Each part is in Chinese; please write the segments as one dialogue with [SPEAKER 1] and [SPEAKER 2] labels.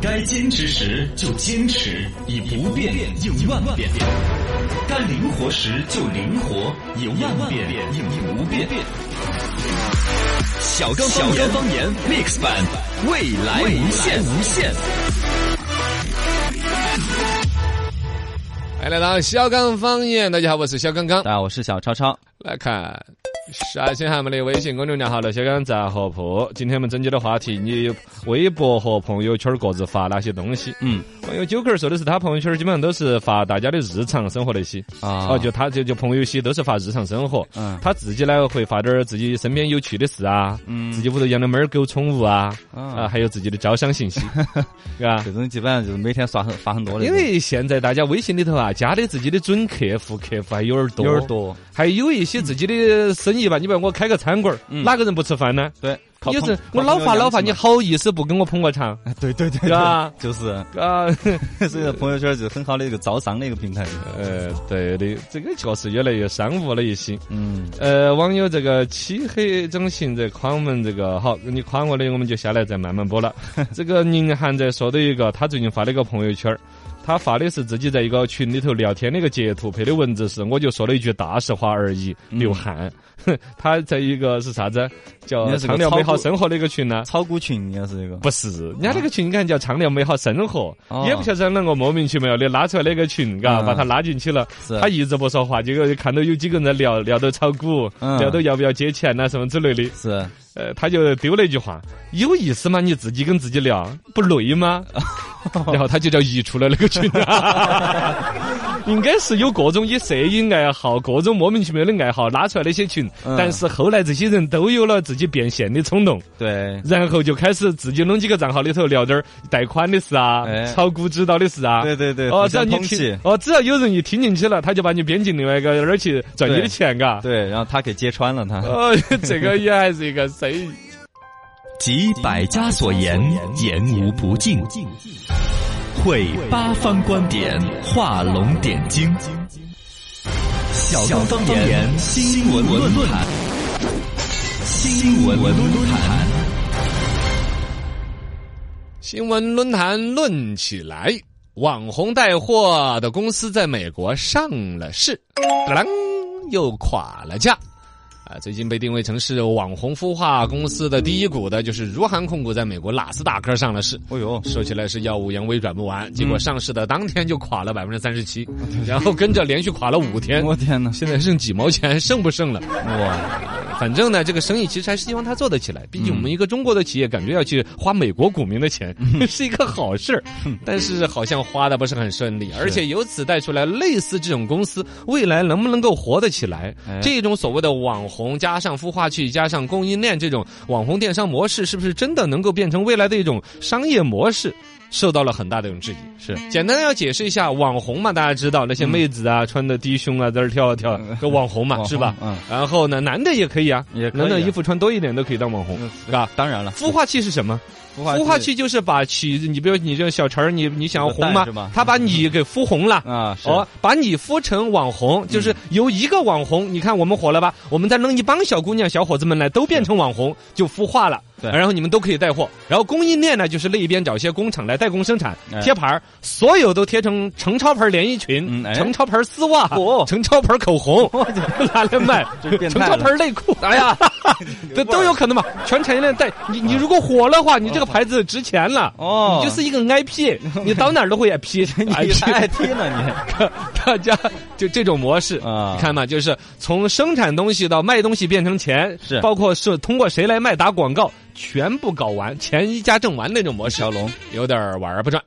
[SPEAKER 1] 该坚持时就坚持，以不变应万变；该灵活时就灵活，以万变应不变。小刚小刚方言 mix 版，未来无限无限。
[SPEAKER 2] 来来到小刚方言，大家好，我是小刚刚。
[SPEAKER 3] 大啊家好，我是小超超。
[SPEAKER 2] 来看沙县我们的微信公众号“了小刚杂货铺”。今天我们征集的话题，你微博和朋友圈各自发哪些东西？
[SPEAKER 3] 嗯，
[SPEAKER 2] 网友九壳儿说的是他朋友圈基本上都是发大家的日常生活那些。
[SPEAKER 3] 啊
[SPEAKER 2] 哦，就他就就朋友些都是发日常生活，
[SPEAKER 3] 嗯
[SPEAKER 2] 他自己呢会发点儿自己身边有趣的事啊，
[SPEAKER 3] 嗯
[SPEAKER 2] 自己屋头养的猫儿狗宠物啊，
[SPEAKER 3] 啊
[SPEAKER 2] 啊，还有自己的招商 信息，是吧？
[SPEAKER 3] 这种基本上就是每天刷很发很多的，
[SPEAKER 2] 因为现在大家微信里头啊，加的自己的准客户、客户还有点儿多，
[SPEAKER 3] 有点多，
[SPEAKER 2] 还有一些自己的生意吧。你比如我开个餐馆儿，哪个人不吃饭呢？
[SPEAKER 3] 对，嗯靠
[SPEAKER 2] 有时
[SPEAKER 3] 朋
[SPEAKER 2] 我
[SPEAKER 3] 靠
[SPEAKER 2] 老
[SPEAKER 3] 朋友
[SPEAKER 2] 发
[SPEAKER 3] 养
[SPEAKER 2] 老发，
[SPEAKER 3] 起
[SPEAKER 2] 你
[SPEAKER 3] 嘛
[SPEAKER 2] 好意思不跟我捧个场
[SPEAKER 3] 对对对，
[SPEAKER 2] 啊
[SPEAKER 3] 对就是，
[SPEAKER 2] 啊？
[SPEAKER 3] 所以朋友圈是很好的一个招商的一个平台。
[SPEAKER 2] 呃，对的，这个确实越来越商务了一些。
[SPEAKER 3] 嗯，
[SPEAKER 2] 呃，网友这个漆黑中心在夸我们这个好，你夸我的，我们就下来再慢慢播 了。这个宁涵在说的一个，他最近发了一个朋友圈儿他发的是自己在一个群里头聊天的一个截图，配的文字是我就说了一句大实话而已，流
[SPEAKER 3] 嗯
[SPEAKER 2] 汗。 哼他在一个是啥子
[SPEAKER 3] 应
[SPEAKER 2] 叫
[SPEAKER 3] 该是个
[SPEAKER 2] 畅聊
[SPEAKER 3] 操
[SPEAKER 2] 美好
[SPEAKER 3] 作
[SPEAKER 2] 生活的一个群呢、
[SPEAKER 3] 炒股群应该是一个，
[SPEAKER 2] 不是，人家那个群应该叫“畅聊美好生活”，
[SPEAKER 3] 哦
[SPEAKER 2] 也不晓得啷个莫名其妙的拉出来那个群，嘎，
[SPEAKER 3] 嗯
[SPEAKER 2] 把他拉进去了。
[SPEAKER 3] 是
[SPEAKER 2] 他一直不说话，结果就看到有几个人在聊聊到炒股，
[SPEAKER 3] 嗯
[SPEAKER 2] 聊到要不要借钱呐、什么之类的。
[SPEAKER 3] 是
[SPEAKER 2] 呃，他就丢了一句话：“有意思吗？你自己跟自己聊，不累 吗？”然后他就叫移出了那个群。应该是有各种以摄影爱好、各种莫名其妙的爱好拉出来那些群，
[SPEAKER 3] 嗯
[SPEAKER 2] 但是后来这些人都有了自己变现的冲动。
[SPEAKER 3] 对，
[SPEAKER 2] 然后就开始自己弄几个账号里头聊点儿贷款的事啊
[SPEAKER 3] 哎，
[SPEAKER 2] 炒股指导的事啊。
[SPEAKER 3] 对对对
[SPEAKER 2] 哦，
[SPEAKER 3] 互
[SPEAKER 2] 只要
[SPEAKER 3] 相
[SPEAKER 2] 你
[SPEAKER 3] 抨
[SPEAKER 2] 听
[SPEAKER 3] 击，
[SPEAKER 2] 哦，只要有人一听进去了，他就把你编进另外一个那儿去赚你的
[SPEAKER 3] 对
[SPEAKER 2] 钱，嘎。
[SPEAKER 3] 对，呃然后他给揭穿了他。
[SPEAKER 2] 哦， 这个也还是一个生意。
[SPEAKER 1] 集百家所言，言无不尽；汇八方观点，画龙点睛。小刚方言新闻论坛，新闻论坛。
[SPEAKER 2] 新闻论坛论起来，网红带货的公司在美国上了市，当又垮了价。啊，最近被定位成是网红孵化公司的第一股的，就是如涵控股在美国纳斯达克上了市。
[SPEAKER 3] 哦呦，
[SPEAKER 2] 说起来是耀武扬威转不完，结果上市的当天就垮了 百分之三十七，然后跟着连续垮了五天，
[SPEAKER 3] 我天哪！
[SPEAKER 2] 现在剩几毛钱，剩不剩了？
[SPEAKER 3] 哇，嗯
[SPEAKER 2] 反正呢，这个生意其实还是希望他做得起来。毕竟我们一个中国的企业，感觉要去花美国股民的 钱，是一个好事儿。
[SPEAKER 3] 嗯
[SPEAKER 2] 但是好像花的不是很顺利，而且由此带出来类似这种公司未来能不能够活得起来
[SPEAKER 3] 哎？
[SPEAKER 2] 这种所谓的网红加上孵化器加上供应链这种网红电商模式，是不是真的能够变成未来的一种商业模式？受到了很大的一种质疑。
[SPEAKER 3] 是嗯
[SPEAKER 2] 简单的要解释一下，网红嘛，大家知道那些妹子啊，穿的低胸啊，在那儿跳啊跳啊，这网红嘛，
[SPEAKER 3] 网红
[SPEAKER 2] 是吧？
[SPEAKER 3] 嗯
[SPEAKER 2] 然后呢，男的也可以啊，
[SPEAKER 3] 也可以啊
[SPEAKER 2] 男的衣服穿多一点都可以当网红，是吧？
[SPEAKER 3] 当然了，
[SPEAKER 2] 孵化器是什么？
[SPEAKER 3] 孵
[SPEAKER 2] 孵化器就是把起，你比如你这个小陈儿，你你想要红
[SPEAKER 3] 这个蛋是
[SPEAKER 2] 吗
[SPEAKER 3] 吧？
[SPEAKER 2] 他把你给孵红了。
[SPEAKER 3] 啊，是嗯
[SPEAKER 2] 哦，把你孵成网红，就是由一个网红，你看我们火了吧？我们再弄一帮小姑娘、小伙子们来，都变成网红，就孵化了。
[SPEAKER 3] 对
[SPEAKER 2] 然后你们都可以带货。然后供应链呢，就是那一边找一些工厂来代工生产，
[SPEAKER 3] 哎
[SPEAKER 2] 贴牌儿，所有都贴成程超牌连衣裙
[SPEAKER 3] 嗯、哎
[SPEAKER 2] 程超牌丝袜
[SPEAKER 3] 哦、
[SPEAKER 2] 程超牌口红，拿来卖，
[SPEAKER 3] 这变
[SPEAKER 2] 程
[SPEAKER 3] 态
[SPEAKER 2] 超
[SPEAKER 3] 了
[SPEAKER 2] 牌内 裤，哎呀， 都都有可能嘛。全产业链带你，你如果火了话，你这个牌子值钱了。
[SPEAKER 3] 哦，
[SPEAKER 2] 你就是一个 IP，你到哪儿都会 IP，
[SPEAKER 3] 你太哎爱听了
[SPEAKER 2] 大家就这种模式
[SPEAKER 3] 啊
[SPEAKER 2] 你看嘛，就是从生产东西到卖东西变成钱，
[SPEAKER 3] 是
[SPEAKER 2] 包括是通过谁来卖打广告，全部搞完，钱一家挣完那种模
[SPEAKER 3] 你
[SPEAKER 2] 式，
[SPEAKER 3] 小龙
[SPEAKER 2] 有点儿玩儿不转。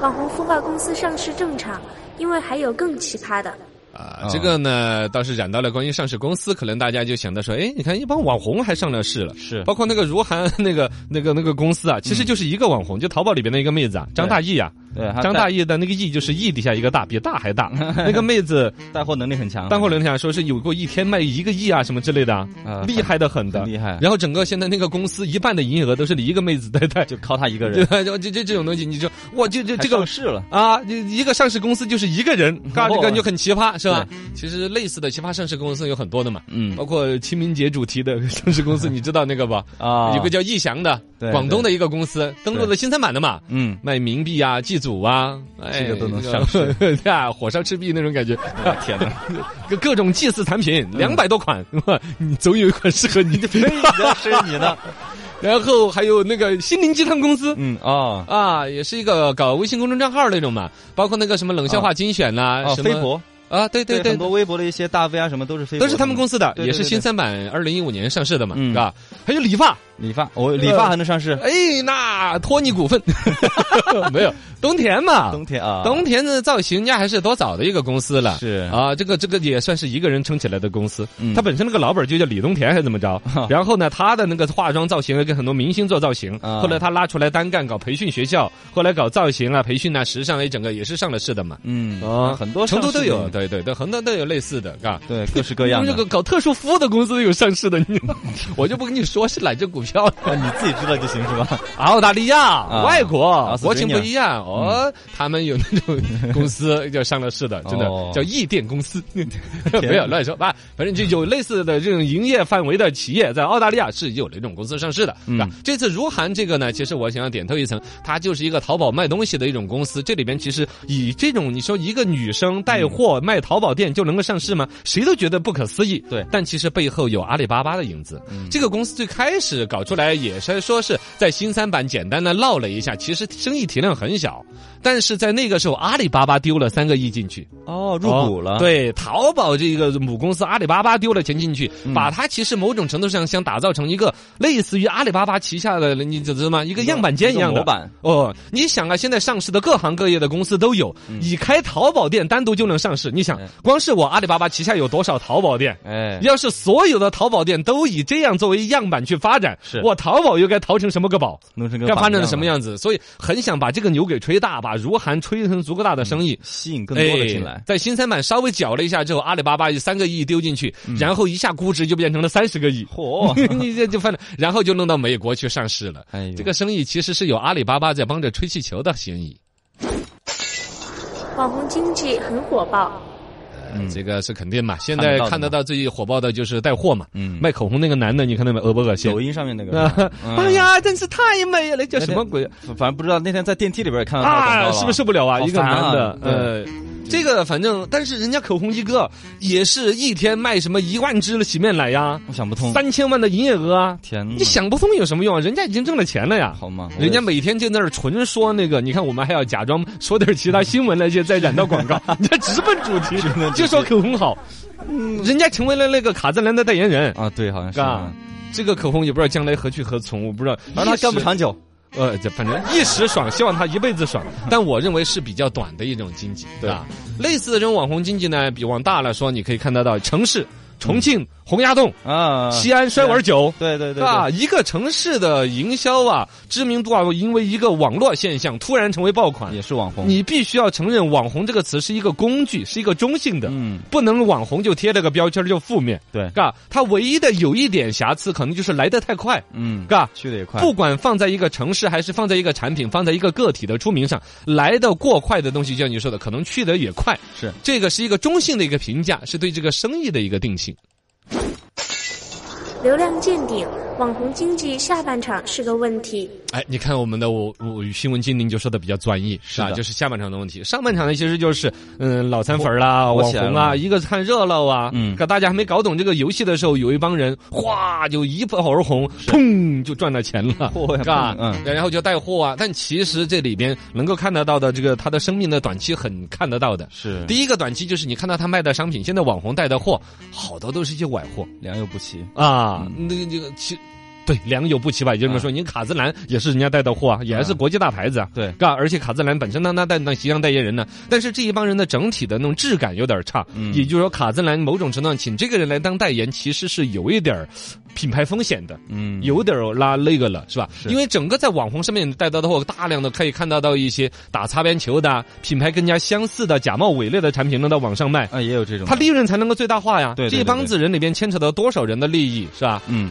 [SPEAKER 4] 网红孵化公司上市正常，因为还有更奇葩的。
[SPEAKER 2] 啊，这个呢倒是染到了关于上市公司，可能大家就想到说，哎，你看一帮网红还上了市了，
[SPEAKER 3] 是嗯
[SPEAKER 2] 包括那个如涵 那个那个那个公司啊，其实就是一个网红，就淘宝里边的一个妹子啊，张大奕啊，
[SPEAKER 3] 对，他
[SPEAKER 2] 张
[SPEAKER 3] 带
[SPEAKER 2] 大奕的那个奕就是奕底下一个大，比大还 大，那个妹子
[SPEAKER 3] 带货能力很强，
[SPEAKER 2] 当过流量说是有过一天卖一个亿啊什么之类的啊
[SPEAKER 3] 啊，
[SPEAKER 2] 厉害的很的，
[SPEAKER 3] 很厉害
[SPEAKER 2] 然后整个现在那个公司一半的营业额都是你一个妹子 在带，
[SPEAKER 3] 就靠他一个
[SPEAKER 2] 对
[SPEAKER 3] 人，
[SPEAKER 2] 吧？就就就这种东西，你说哇，就就这
[SPEAKER 3] 还
[SPEAKER 2] 个
[SPEAKER 3] 上市了，
[SPEAKER 2] 啊，一一个上市公司就是一个人，嘎，
[SPEAKER 3] 哦
[SPEAKER 2] 就感觉很奇葩，是吧？其实类似的奇葩上市公司有很多的嘛，
[SPEAKER 3] 嗯
[SPEAKER 2] 包括清明节主题的上市 公司，你知道那个吧？
[SPEAKER 3] 啊，
[SPEAKER 2] 有个叫逸翔的，
[SPEAKER 3] 对
[SPEAKER 2] 广东的一个公司登陆了新三板的嘛。
[SPEAKER 3] 嗯，
[SPEAKER 2] 卖冥币啊，祭祖啊，哎，
[SPEAKER 3] 这个都能
[SPEAKER 2] 那
[SPEAKER 3] 上市，
[SPEAKER 2] 对啊，火烧赤壁那种感觉，
[SPEAKER 3] 天哪，
[SPEAKER 2] 各各种祭祀产品
[SPEAKER 3] 嗯
[SPEAKER 2] 两百多款， 你总有一款适合 你。
[SPEAKER 3] 是你的，
[SPEAKER 2] 然后还有那个心灵鸡汤公司，
[SPEAKER 3] 嗯哦
[SPEAKER 2] 啊，也是一个搞微信公众账号那种嘛，包括那个什么冷笑话精选呐、
[SPEAKER 3] 哦，
[SPEAKER 2] 呃什么
[SPEAKER 3] 飞博，
[SPEAKER 2] 啊，对对
[SPEAKER 3] 很
[SPEAKER 2] 对，
[SPEAKER 3] 多微博的一些大 V 啊什么都是飞博，
[SPEAKER 2] 都是他们公
[SPEAKER 3] 司
[SPEAKER 2] 司的，
[SPEAKER 3] 对对
[SPEAKER 2] 也
[SPEAKER 3] 对
[SPEAKER 2] 是
[SPEAKER 3] 对
[SPEAKER 2] 新三板二零一五年上市的嘛，
[SPEAKER 3] 嗯
[SPEAKER 2] 是吧？还有理发，
[SPEAKER 3] 理发，我理发还能上市，
[SPEAKER 2] 哎，那托尼股份 没有东田嘛，
[SPEAKER 3] 冬天啊，
[SPEAKER 2] 东田的造型家还是多早的一个公司了。
[SPEAKER 3] 是
[SPEAKER 2] 啊，这个这个也算是一个人撑起来的公司。
[SPEAKER 3] 嗯
[SPEAKER 2] 他本身那个老板就叫李东田，还是怎么 着？然后呢，他的那个化妆造型跟很多明星做造型，
[SPEAKER 3] 啊
[SPEAKER 2] 后来他拉出来单干搞培训学校，后来搞造型啊、培训啊、时尚啊，一整个也是上了市的嘛。
[SPEAKER 3] 嗯
[SPEAKER 2] 啊，
[SPEAKER 3] 很多
[SPEAKER 2] 成都
[SPEAKER 3] 上市
[SPEAKER 2] 都有，
[SPEAKER 3] 的
[SPEAKER 2] 对对对，很多都有类似的，啊。
[SPEAKER 3] 对各式各样
[SPEAKER 2] 这
[SPEAKER 3] 的，
[SPEAKER 2] 个搞特殊服务的公司都有上市的，你 我就不跟你说是哪只股票了。
[SPEAKER 3] 啊你自己知道就行是吧？
[SPEAKER 2] 澳大利亚、外国
[SPEAKER 3] 啊
[SPEAKER 2] 国情不一样
[SPEAKER 3] 嗯
[SPEAKER 2] 哦，他们有那种公司 就上了市的，真的
[SPEAKER 3] 哦
[SPEAKER 2] 叫易电公司， 没有乱说吧？反正就有类似的这种营业范围的企业，在澳大利亚是有那种公司上市的，对吧？这次如涵这个呢，其实我想要点透一层，它就是一个淘宝卖东西的一种公司，这里边其实以这种你说一个女生带货卖淘宝店就能够上市吗？谁都觉得不可思议，
[SPEAKER 3] 对
[SPEAKER 2] 但其实背后有阿里巴巴的影子。这个公司最开始搞出来也是说是在新三板简单的闹了一下，其实生意体量很小，但是在那个时候，阿里巴巴丢了三个亿进去，
[SPEAKER 3] 哦，入股 了，
[SPEAKER 2] 哦，对，淘宝这个母公司阿里巴巴丢了钱进去，
[SPEAKER 3] 嗯
[SPEAKER 2] 把它其实某种程度上想打造成一个类似于阿里巴巴旗下的，你知道吗？一个样板间一样
[SPEAKER 3] 模
[SPEAKER 2] 的。
[SPEAKER 3] 板，
[SPEAKER 2] 哦，你想啊，现在上市的各行各业的公司都有，你开淘宝店单独就能上市。你想
[SPEAKER 3] 嗯，
[SPEAKER 2] 光是我阿里巴巴旗下有多少淘宝店？
[SPEAKER 3] 哎，
[SPEAKER 2] 要是所有的淘宝店都以这样作为样板去发展，
[SPEAKER 3] 是
[SPEAKER 2] 我淘宝又该淘成什么个宝，
[SPEAKER 3] 弄成个
[SPEAKER 2] 该发
[SPEAKER 3] 榜
[SPEAKER 2] 展成
[SPEAKER 3] 样啊
[SPEAKER 2] 什么
[SPEAKER 3] 了？
[SPEAKER 2] 样子？所以很想把这个牛给吹大，把如涵吹成足够大的生意。
[SPEAKER 3] 吸引更多的进
[SPEAKER 2] 哎
[SPEAKER 3] 来，
[SPEAKER 2] 在新三板稍微搅了一下之后，阿里巴巴三个亿丢进去，然后一下估值就变成了三十个亿，
[SPEAKER 3] 嗯 嚯，
[SPEAKER 2] 你这就反正，然后就弄到美国去上市了。
[SPEAKER 3] 哎呦
[SPEAKER 2] 这个生意其实是有阿里巴巴在帮着吹气球的嫌疑。
[SPEAKER 4] 网红经济很火爆，
[SPEAKER 3] 嗯
[SPEAKER 2] 呃这个是肯定嘛？现
[SPEAKER 3] 看
[SPEAKER 2] 在
[SPEAKER 3] 得到的
[SPEAKER 2] 看得
[SPEAKER 3] 嘛
[SPEAKER 2] 到最火爆的就是带货嘛，
[SPEAKER 3] 嗯
[SPEAKER 2] 卖口红那个男的，你看他们恶不恶心
[SPEAKER 3] 抖？音上面那个是吧
[SPEAKER 2] 啊，
[SPEAKER 3] 嗯
[SPEAKER 2] 哎呀，真是太美了，叫什么鬼
[SPEAKER 3] 反正不知道那天在电梯里边也看到他的广
[SPEAKER 2] 啊？
[SPEAKER 3] 告了
[SPEAKER 2] 是不是受不了啊？
[SPEAKER 3] 好
[SPEAKER 2] 一个
[SPEAKER 3] 烦啊
[SPEAKER 2] 男的，
[SPEAKER 3] 对
[SPEAKER 2] 呃，这个反正，但是人家口红一个也是一天卖什么一万支的洗面奶呀，
[SPEAKER 3] 我想不通，
[SPEAKER 2] 三千万的营业额啊，
[SPEAKER 3] 天哪
[SPEAKER 2] 你，想不通有什么用啊？人家已经挣了钱了呀。
[SPEAKER 3] 好吗？
[SPEAKER 2] 人家每天就在那儿纯说那个，你看我们还要假装说点其他新闻那些，再染到广 告，人家直奔主题，就说口红好，嗯，人家成为了那个卡姿兰的代言人。
[SPEAKER 3] 啊，对，好像是
[SPEAKER 2] 啊，这个口红也不知道将来何去何从，我不知道，
[SPEAKER 3] 反正他干不长久，
[SPEAKER 2] 呃，这反正一时爽，希望他一辈子爽。但我认为是比较短的一种经济，
[SPEAKER 3] 嗯对
[SPEAKER 2] 吧？类似的这种网红经济呢，比往大了说，你可以看得到城市，重庆洪崖洞、
[SPEAKER 3] 啊，
[SPEAKER 2] 西安摔碗啊酒。
[SPEAKER 3] 对
[SPEAKER 2] 是
[SPEAKER 3] 对对对，
[SPEAKER 2] 吧？一个城市的营销啊，知名度啊，因为一个网络现象突然成为爆款
[SPEAKER 3] 也，是网红，
[SPEAKER 2] 啊你必须要承认“网红”这个词是一个工具，是一个中性的，
[SPEAKER 3] 嗯，
[SPEAKER 2] 不能网红就贴了个标签儿就负面，
[SPEAKER 3] 对，
[SPEAKER 2] 嘎。它唯一的有一点瑕疵，可能就是来得太快，
[SPEAKER 3] 嗯，
[SPEAKER 2] 嘎。
[SPEAKER 3] 去的也快，
[SPEAKER 2] 不管放在一个城市，还是放在一个产品，放在一个个体的出名上，来的过快的东西，就像你说的，可能去的也快。
[SPEAKER 3] 是
[SPEAKER 2] 这个是一个中性的一个评价，是对这个生意的一个定性。
[SPEAKER 4] 流量见顶，网红经济下半场是个问题。
[SPEAKER 2] 哎，你看我们的我我新闻精灵就说的比较专一，
[SPEAKER 3] 是
[SPEAKER 2] 吧？
[SPEAKER 3] 的
[SPEAKER 2] 就是下半场的问题，上半场呢其实就是嗯老残粉儿啦、
[SPEAKER 3] 火
[SPEAKER 2] 网
[SPEAKER 3] 起来
[SPEAKER 2] 红
[SPEAKER 3] 了
[SPEAKER 2] 啊，
[SPEAKER 3] 嘛
[SPEAKER 2] 一个看热闹啊，
[SPEAKER 3] 嗯
[SPEAKER 2] 可大家还没搞懂这个游戏的时候，有一帮人哗就一炮而红，砰就赚到钱了，
[SPEAKER 3] 嚯
[SPEAKER 2] 是吧？
[SPEAKER 3] 嗯
[SPEAKER 2] 然后就带货啊，但其实这里边能够看得到的这个他的生命的短期很看得到的。
[SPEAKER 3] 是
[SPEAKER 2] 第一个短期就是你看到他卖的商品，现在网红带的货好多都是一些歪货，
[SPEAKER 3] 良莠不齐，
[SPEAKER 2] 啊，那个这个其。对，良莠不齐吧，也就这么
[SPEAKER 3] 啊
[SPEAKER 2] 说。您卡姿兰也是人家带的货啊，也还是国际大牌子啊，
[SPEAKER 3] 对
[SPEAKER 2] 嘎。而且卡姿兰本身呢，那带那形象代言人呢，但是这一帮人的整体的那种质感有点差，
[SPEAKER 3] 嗯
[SPEAKER 2] 也就是说，卡姿兰某种程度上请这个人来当代言，其实是有一点儿品牌风险的。
[SPEAKER 3] 嗯，
[SPEAKER 2] 有点儿拉那个了，是吧？
[SPEAKER 3] 是
[SPEAKER 2] 因为整个在网红上面带到的货，大量的可以看到到一些打擦边球的啊、品牌更加相似的假冒伪劣的产品弄到网上卖，
[SPEAKER 3] 啊，也有这种，
[SPEAKER 2] 它利润才能够最大化呀。
[SPEAKER 3] 对对对
[SPEAKER 2] 这一帮子人里边牵扯到多少人的利益，是吧？
[SPEAKER 3] 嗯，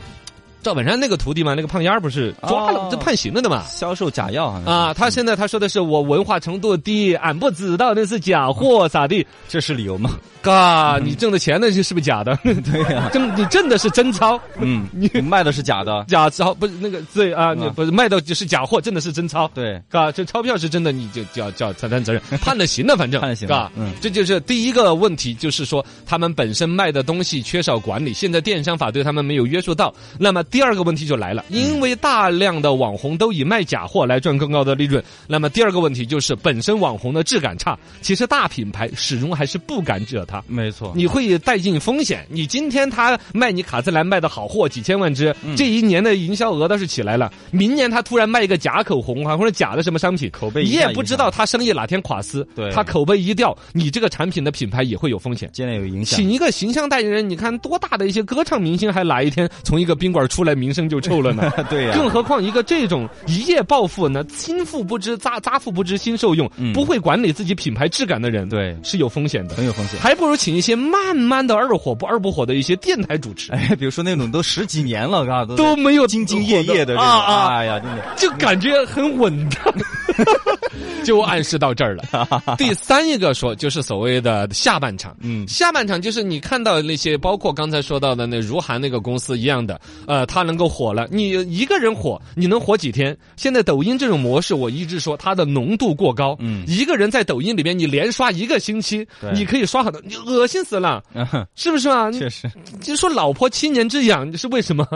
[SPEAKER 2] 赵本山那个徒弟嘛，那个胖丫儿不是抓了
[SPEAKER 3] 哦
[SPEAKER 2] 就判刑了的嘛。
[SPEAKER 3] 销售假药好像是
[SPEAKER 2] 啊，，他现在他说的是我文化程度低，俺不知道那是假货咋地？
[SPEAKER 3] 这是理由吗？
[SPEAKER 2] 嘎，你挣的钱那就是不是假的？
[SPEAKER 3] 嗯对呀，
[SPEAKER 2] 挣 你挣的是真钞，
[SPEAKER 3] 嗯，你卖的是假的，
[SPEAKER 2] 假钞不是那个对啊，你
[SPEAKER 3] 嗯
[SPEAKER 2] 不是卖到就是假货，挣的是真钞。
[SPEAKER 3] 对，
[SPEAKER 2] 嘎，这钞票是真的，你就就要就要承担责 任，判了刑了，反正
[SPEAKER 3] 判了刑了
[SPEAKER 2] 嘎，
[SPEAKER 3] 嗯
[SPEAKER 2] 这就是第一个问题，就是说他们本身卖的东西缺少管理，现在电商法对他们没有约束到。那么第二个问题就来了，
[SPEAKER 3] 嗯
[SPEAKER 2] 因为大量的网红都以卖假货来赚更高的利润，那么第二个问题就是本身网红的质感差，其实大品牌始终还是不敢惹他。
[SPEAKER 3] 没错，
[SPEAKER 2] 你会带进风险。你今天他卖你卡姿兰卖的好货，几千万只，
[SPEAKER 3] 嗯
[SPEAKER 2] 这一年的营销额倒是起来了。明年他突然卖一个假口红啊，或者假的什么商品，
[SPEAKER 3] 口碑
[SPEAKER 2] 你
[SPEAKER 3] 一下
[SPEAKER 2] 也不知道他生意哪天垮撕，
[SPEAKER 3] 对
[SPEAKER 2] 他口碑一掉，你这个产品的品牌也会有风险。
[SPEAKER 3] 接连有影响
[SPEAKER 2] 请，一个形象代言人，你看多大的一些歌唱明星，还哪一天从一个宾馆出来，名声就臭了呢？
[SPEAKER 3] 对呀，
[SPEAKER 2] 更何况一个这种一夜暴富呢，心腹不知渣渣富不知心受用，
[SPEAKER 3] 嗯
[SPEAKER 2] 不会管理自己品牌质感的人，
[SPEAKER 3] 对
[SPEAKER 2] 是有风险的。
[SPEAKER 3] 很有风险。
[SPEAKER 2] 还不如请一些慢慢的二火不二不火的一些电台主持，
[SPEAKER 3] 哎，比如说那种都十几年了，嘎，都
[SPEAKER 2] 都没有
[SPEAKER 3] 兢兢业业的这种，
[SPEAKER 2] 啊啊，
[SPEAKER 3] 哎呀，真的，
[SPEAKER 2] 就感觉很稳当。 就暗示到这儿了。第三一个说就是所谓的下半场，
[SPEAKER 3] 嗯
[SPEAKER 2] 下半场就是你看到那些包括刚才说到的那如涵那个公司一样的，呃，它能够火了，你一个人火，你能火几天？现在抖音这种模式，我一直说它的浓度过高，
[SPEAKER 3] 嗯
[SPEAKER 2] 一个人在抖音里面你连刷一个星期，
[SPEAKER 3] 对
[SPEAKER 2] 你可以刷很多，你恶心死了，
[SPEAKER 3] 嗯哼
[SPEAKER 2] 是不是啊？你
[SPEAKER 3] 确实
[SPEAKER 2] 就说老婆七年之痒是为什 么？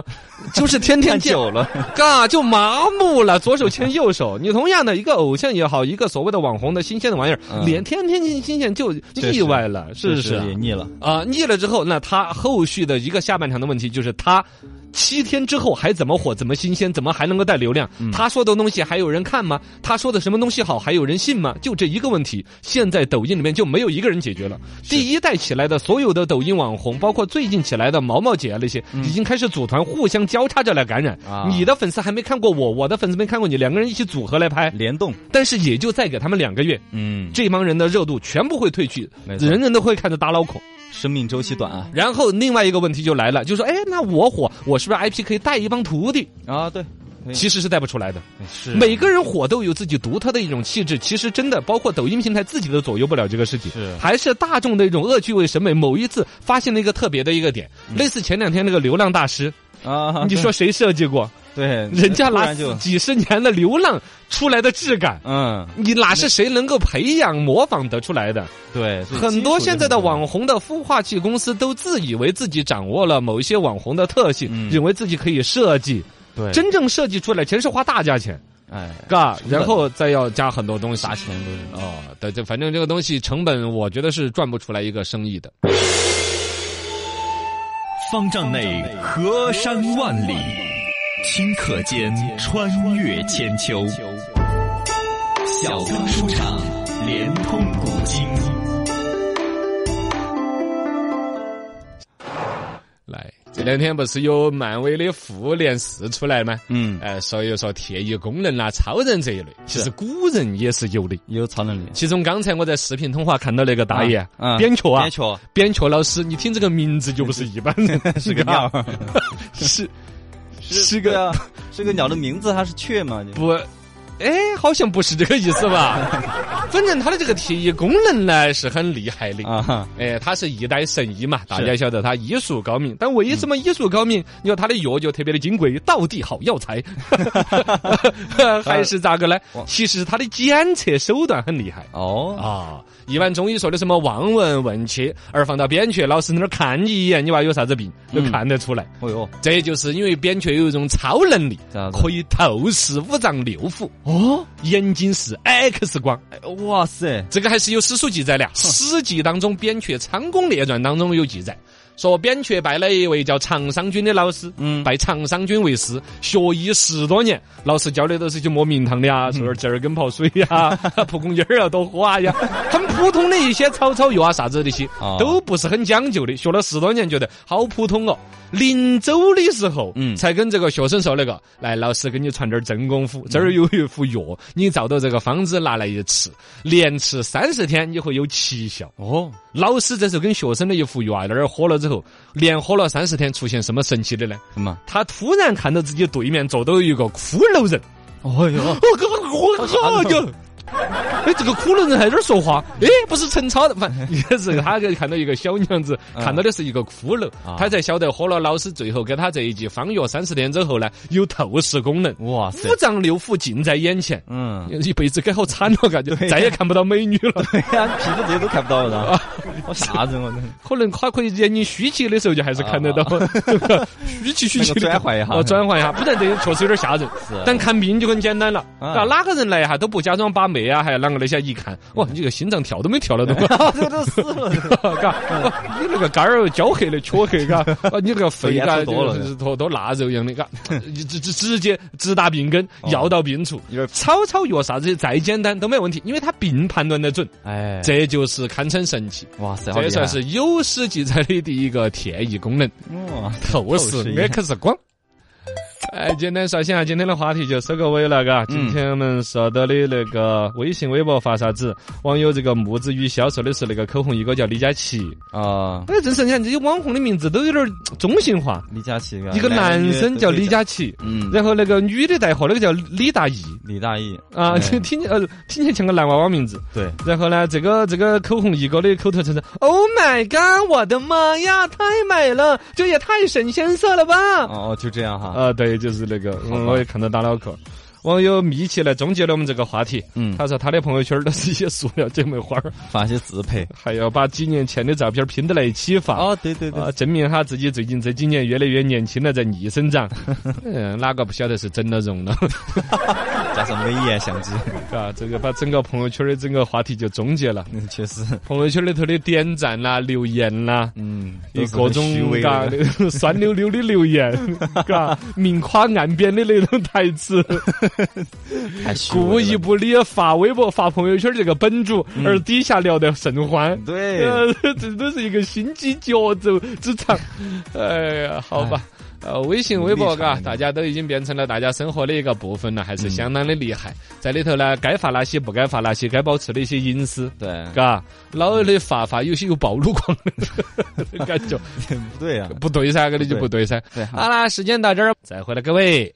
[SPEAKER 2] 就是天天
[SPEAKER 3] 看
[SPEAKER 2] 见，
[SPEAKER 3] 久了，
[SPEAKER 2] 嘎就麻木了，左手牵右手。你同样的一个偶像也好，一个所谓的网红的新鲜的玩意儿，
[SPEAKER 3] 嗯
[SPEAKER 2] 连天天新鲜就
[SPEAKER 3] 确实
[SPEAKER 2] 腻歪了，是不是啊
[SPEAKER 3] 也？腻了，
[SPEAKER 2] 啊、腻了之后，那他后续的一个下半场的问题就是他。七天之后还怎么火？怎么新鲜？怎么还能够带流量？
[SPEAKER 3] 嗯
[SPEAKER 2] 他说的东西还有人看吗？他说的什么东西好还有人信吗？就这一个问题，现在抖音里面就没有一个人解决了。第一代起来的所有的抖音网红，包括最近起来的毛毛姐啊那些，已经开始组团互相交叉着来感染。
[SPEAKER 3] 嗯啊
[SPEAKER 2] 你的粉丝还没看过我，我的粉丝没看过你，两个人一起组合来拍，
[SPEAKER 3] 联动，
[SPEAKER 2] 但是也就再给他们两个月，
[SPEAKER 3] 嗯，
[SPEAKER 2] 这帮人的热度全部会褪去，
[SPEAKER 3] 没错
[SPEAKER 2] 人人都会看着打脑孔。
[SPEAKER 3] 生命周期短啊，
[SPEAKER 2] 然后另外一个问题就来了，就说，哎，那我火，我是不是 IP 可以带一帮徒弟？
[SPEAKER 3] 啊，对，可以
[SPEAKER 2] 其实是带不出来的。
[SPEAKER 3] 哎是
[SPEAKER 2] 每个人火都有自己独特的一种气质，其实真的包括抖音平台自己都左右不了这个事情，
[SPEAKER 3] 是
[SPEAKER 2] 还是大众的一种恶趣味审美。某一次发现了一个特别的一个点，类似前两天那个流浪大师，
[SPEAKER 3] 嗯啊，
[SPEAKER 2] 你说谁设计过？
[SPEAKER 3] 对，
[SPEAKER 2] 人家
[SPEAKER 3] 突
[SPEAKER 2] 拿
[SPEAKER 3] 然就
[SPEAKER 2] 几十年的流浪出来的质感。
[SPEAKER 3] 嗯，
[SPEAKER 2] 你哪是谁能够培养模仿得出来的？
[SPEAKER 3] 对，所以
[SPEAKER 2] 很多
[SPEAKER 3] 基础就
[SPEAKER 2] 现在的
[SPEAKER 3] 很重要
[SPEAKER 2] 网红的孵化器公司都自以为自己掌握了某一些网红的特性，
[SPEAKER 3] 嗯
[SPEAKER 2] 认为自己可以设计，
[SPEAKER 3] 对
[SPEAKER 2] 真正设计出来全是花大价钱，
[SPEAKER 3] 哎
[SPEAKER 2] 嘎，
[SPEAKER 3] 成本
[SPEAKER 2] 然后再要加很多东西
[SPEAKER 3] 砸。钱都是
[SPEAKER 2] 哦，对，这反正这个东西成本，我觉得是赚不出来一个生意的。
[SPEAKER 1] 方丈内河山万里，顷刻间穿越千秋。小刚书场，连通古今。
[SPEAKER 2] 来，这两天不是有漫威的复联四出来吗？
[SPEAKER 3] 嗯，
[SPEAKER 2] 呃，所以说铁衣工人啦、啊超人这一类，其实
[SPEAKER 3] 是
[SPEAKER 2] 古人也是有的。
[SPEAKER 3] 有超能力，
[SPEAKER 2] 其中刚才我在视频通话看到那个大爷
[SPEAKER 3] 啊，啊
[SPEAKER 2] 扁鹊啊
[SPEAKER 3] 别， 球
[SPEAKER 2] 扁鹊老师，你听这个名字就不是一般人， 是个
[SPEAKER 3] 鸟，
[SPEAKER 2] 是
[SPEAKER 3] 是个啊是个鸟的名字，它是雀嘛？就
[SPEAKER 2] 不？哎，好像不是这个意思吧？ 反正他的这个提议功能呢是很厉害的。
[SPEAKER 3] 啊哈，
[SPEAKER 2] 哎，他是一代神医嘛，大家晓得他医术高明，但为什么医术高 明？你说他的药就特别的金贵，道地好药 材，还是咋个呢？其实他的检测手段很厉害。
[SPEAKER 3] 哦，
[SPEAKER 2] 啊，一般中医说的什么望闻问切，而放到扁鹊老师那儿看你一眼，你娃有啥子病都看得出来。
[SPEAKER 3] 哦哟，
[SPEAKER 2] 这就是因为扁鹊有一种超能力，
[SPEAKER 3] 咋子
[SPEAKER 2] 可以透视五脏六腑。哦，眼睛是 X 光，
[SPEAKER 3] 哎哇塞，
[SPEAKER 2] 这个还是有史书记载的啊。《史记》当中，《扁鹊仓公列传》当中有记载，说扁鹊拜了一位叫常商君的老师，
[SPEAKER 3] 嗯
[SPEAKER 2] 拜常商君为师，学医十多年，老师教的都是去摸名堂的
[SPEAKER 3] 嗯
[SPEAKER 2] 啊，说点折耳根泡水 呀、蒲公英儿啊多喝啊呀， 很普通的一些草草药啊啥子那些
[SPEAKER 3] 哦，
[SPEAKER 2] 都不是很讲究的。学了十多年，觉得好普通哦。临走的时候，
[SPEAKER 3] 嗯
[SPEAKER 2] 才跟这个学生说那个，来，老师给你传点儿真功
[SPEAKER 3] 嗯
[SPEAKER 2] 夫，这儿有一副药，你照到这个方子拿来一吃，连吃三十天，你会有奇效。
[SPEAKER 3] 哦，
[SPEAKER 2] 老师这时候跟学生的一副药在那儿喝了之后，连喝了三十天，出现什么神奇的呢？
[SPEAKER 3] 什么？
[SPEAKER 2] 他突然看到自己对面坐到有一个骷髅人，
[SPEAKER 3] 哦哟，
[SPEAKER 2] 我我我靠！ 哎，这个骷髅人还在那儿说话，哎，不是陈超的，反 正也是他就看到一个小娘子，看到的是一个骷髅，
[SPEAKER 3] 啊
[SPEAKER 2] 他才晓得喝了老师最后给他这一剂方药三十天之后呢，有透视功能，
[SPEAKER 3] 哇塞
[SPEAKER 2] 五，脏六腑尽在眼前，
[SPEAKER 3] 嗯，
[SPEAKER 2] 一辈子该好惨了，感觉再也看不到美女了。
[SPEAKER 3] 对呀，皮肤这些都看不到了， 我啥人我真
[SPEAKER 2] 可能他可以眼睛虚起的时候就还是看得到， 虚起虚起的
[SPEAKER 3] 啊那个转换一下
[SPEAKER 2] 哦，转换一下，不然这个确实有点吓人。但看病就很简单了，
[SPEAKER 3] 啊嗯
[SPEAKER 2] 那哪个人来一下都不假装把脉啊，还有啷个那些一看，哇，你这个心脏跳都没跳了 都。
[SPEAKER 3] 啊这都死了，
[SPEAKER 2] 嘎，哦你那个肝儿焦黑的黢黑，嘎， 哦你那个肺嘎
[SPEAKER 3] 都腌制多了
[SPEAKER 2] 就是坨坨腊肉一样 的，嘎，直直直接直达病根，药到病除
[SPEAKER 3] 有点。
[SPEAKER 2] 草草药啥子再简单都没问题，因为他病判断得准，
[SPEAKER 3] 哎，
[SPEAKER 2] 这就是堪称神奇。
[SPEAKER 3] 哇塞，好
[SPEAKER 2] 这
[SPEAKER 3] 厉害
[SPEAKER 2] 算是有史记载的第一个天翼功能，
[SPEAKER 3] 哇，
[SPEAKER 2] 透视
[SPEAKER 3] 透视
[SPEAKER 2] X 光。哎，简单刷新下今天的话题就收个尾了，嘎。今天我们说到的那个微信、微博发啥子？网友这个木子雨潇说的是那个口红一哥叫李佳琦。
[SPEAKER 3] 啊，
[SPEAKER 2] 哎，正是你看这些网红的名字都有点儿中性化，
[SPEAKER 3] 李佳琦，
[SPEAKER 2] 一个男生叫李，佳琦，
[SPEAKER 3] 嗯，
[SPEAKER 2] 然后那个女的带货那个叫李大义
[SPEAKER 3] 李大义
[SPEAKER 2] 啊，
[SPEAKER 3] 哎
[SPEAKER 2] 就听起呃听起来像个男娃娃名字。
[SPEAKER 3] 对，
[SPEAKER 2] 然后呢，这个这个口红一哥的口头禅是 “Oh my god，我的妈呀，太美了，这也太神仙色了吧！”
[SPEAKER 3] 哦，就这样哈，
[SPEAKER 2] 啊，对，就是那个，
[SPEAKER 3] 吧
[SPEAKER 2] 嗯，我也看到打脑壳。网友米奇来终结了我们这个话题，
[SPEAKER 3] 嗯，
[SPEAKER 2] 他说他的朋友圈都是一些塑料姐妹花儿，
[SPEAKER 3] 发些自拍，
[SPEAKER 2] 还要把几年前的照片拼到在一起发。
[SPEAKER 3] 哦，对对对
[SPEAKER 2] 啊，，证明他自己最近这几年越来越年轻了，在逆生 长。嗯，哪个不晓得是整了容了？
[SPEAKER 3] 加上美颜相机，
[SPEAKER 2] 啊，这个把整个朋友圈的整个话题就终结了。
[SPEAKER 3] 嗯 确实，
[SPEAKER 2] 朋友圈里头的点赞啦、留言啦，
[SPEAKER 3] 嗯，
[SPEAKER 2] 有
[SPEAKER 3] 都是很
[SPEAKER 2] 各种
[SPEAKER 3] 虚伪
[SPEAKER 2] 嘎
[SPEAKER 3] 的，
[SPEAKER 2] 酸溜溜的留 言，嘎明夸暗贬的那种台 词，
[SPEAKER 3] 太虚伪了
[SPEAKER 2] 故意不理发微博、发朋友圈这个本主，而底下聊得甚欢。
[SPEAKER 3] 嗯 对，
[SPEAKER 2] 呃，这都是一个心机角逐之场。哎呀，好吧。
[SPEAKER 3] 哎
[SPEAKER 2] 呃，微信、微博，
[SPEAKER 3] 立场
[SPEAKER 2] 嘎，
[SPEAKER 3] 呢
[SPEAKER 2] 大家都已经变成了大家生活的一个部分了，还
[SPEAKER 3] 嗯
[SPEAKER 2] 是相当的厉害。在里头呢，该发哪些，不该发哪些，该保持的一些隐私，
[SPEAKER 3] 对，
[SPEAKER 2] 嘎。老的发发，有些有暴露狂的 感觉，
[SPEAKER 3] 不对呀，啊
[SPEAKER 2] 不对噻，这里就不对噻。
[SPEAKER 3] 对，
[SPEAKER 2] 好啦，时间到这儿，再会了，各位。